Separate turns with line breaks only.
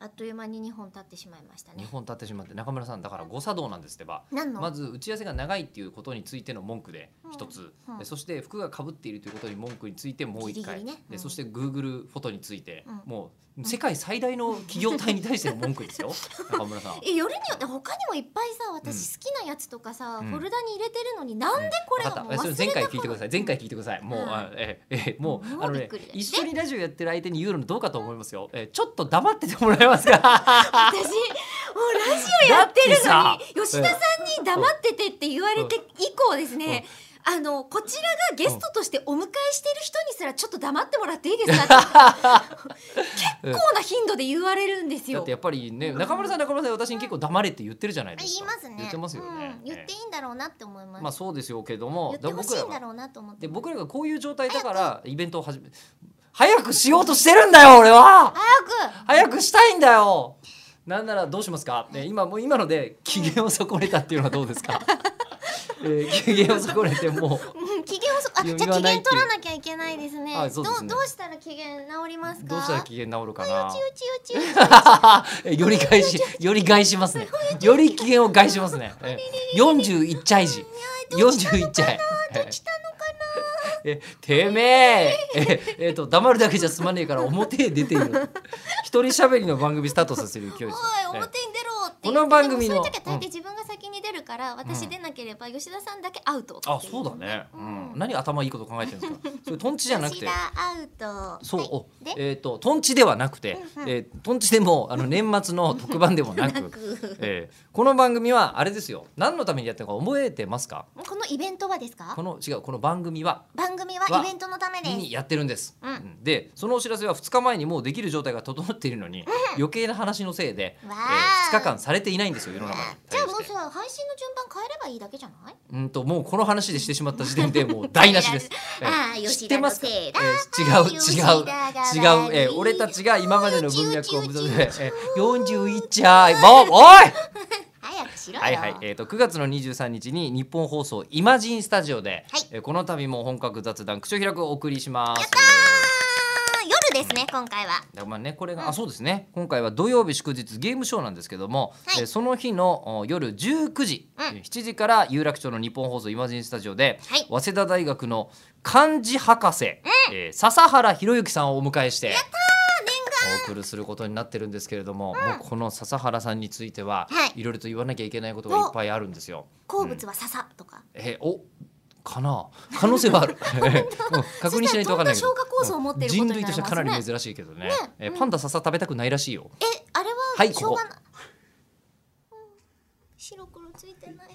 あっという間に2本経ってしまいました
2
ね
本経ってしまって中村さんだから誤作動なんですってば
何の、
まず打ち合わせが長いっていうことについての文句で一つ、
うん
でそして服がかぶっているということに文句についてもう一回
ギリギリねうん
でそして Google フォトについて、
うん
もう世界最大の企業体に対しての文句で すよ中村さん。
えよりによって他にもいっぱいさ私好きなやつとかさ、
うん
フォルダに入れてるのになんでこれ
わ
が
か
も
っ
う
た
忘
そ
れ
れ
た
前回聞いてください前回聞いてくださいもう、
うん
あえええもう
もう
あの
びっ
ね
くりだ
一緒にラジオやってる相手に言うのどうかと思いますよ、えーちょっと黙っててもらえます か
私もうラジオやってる
だ
の
っ
に
てさ
吉田さんに黙っててって言われて以降ですね、あのこちらがゲストとしてお迎えしてる人にすらちょっと黙ってもらっていいですかって
うん
結構な頻度で言われるんです
だ
よ
って。やっぱりね中村さん中村さん私に結構黙れって言ってるじゃないで
言
す
い
か
ますね。
言ってますよね、
うん言っていいんだろうなって思います。
まあそうですよけども
言ってほしいんだ
が
ろうなと思って。
で僕らがこういう状態だからイベントを始め早くしようとしてるんだよ俺は
早く
早くしたいんだよなんならどうしますか、ね、今もう今ので機嫌を損ねたっていうのはどうです か、えー機嫌を損ねてもう
うん機嫌をそあじゃあ
言
機
わない
嫌
っていう
取らなきゃいけないですね。
あそうですね
どうどうしたら機嫌治りますか。
どうしたら機嫌治るかな
ちうちうちうち。
えより 返しより返しますねより機嫌を害しますねえ41チャイジ41チャイ
したのか
えてめえええっと黙るだけじゃ済まねえから表へ出ている 一人喋りの番組スタートさせる勢いです
な。おい
ね
表に出ろって言って。
この番組
で
の
もそういう時は大抵自分が先に出るから、私出なければ吉田さんだけアウトってい。
あそうだね、う、
うんん
何頭いいこと考えてる んですかそれトンチじゃなく
吉
て
田アウト。
そう、
はい
お
で
えっ、とトンチではなくて、
うんうん
えートンチでもあの年末の特番でもな く
なく
えーこの番組はあれですよ何のためにやってるのか覚えてますか
このイベントはですか
こ。の違うこの番組は
番組はイベントのためです。
にやってるんです、
うん
うんでそのお知らせは2日前にもうできる状態が整っているのに、余計な話のせいで、え
わー
2日間されていないんですよ世の中に
じ
対
ゃあ
し
もう
て
さ配信の順番変えればいいだけじゃない？
うんともうこの話でしてしまった時 点でもう台無しです。
あー
えー
吉田のせいだ
知ってますか
吉
え
田
ー
が
違う違う違
悪
う、
い
えー俺たちが今までの文脈を
うちう
無
ち
駄
うち
で、えー41ちゃいもうおい
早くしろよ。
はいはい、えー、と9月の23日に日本放送イマジンスタジオで、
はい
えーこの度も本格雑談口を開くお送りします。
あー夜ですね今回は。
だからまあねこれが、あそうですね今回は土曜日祝日ゲームショーなんですけども、
はい
えーその日のお夜19時、
うん
えー7時から有楽町の日本放送イマジンスタジオで、
はい
早稲田大学の漢字博士、えー笹原博之さんをお迎えしてお送りすることになってるんですけれども、もうこの笹原さんについては、
はい
い、ろいろと言わなきゃいけないことがいっぱいあるんですよ。
好物は笹とか。
えーおかな可能性は ある、うん確認しな
そしたら
いと分かんないけど
ちゃんと消化酵素を持ってることにな
人
り
類と
ますね
してはかなり珍しいけどね
ね
えー
うん
パンダ笹食べたくないらしいよ
えあれ
は
はい
ここ
しょうがない。うん白黒ついてない。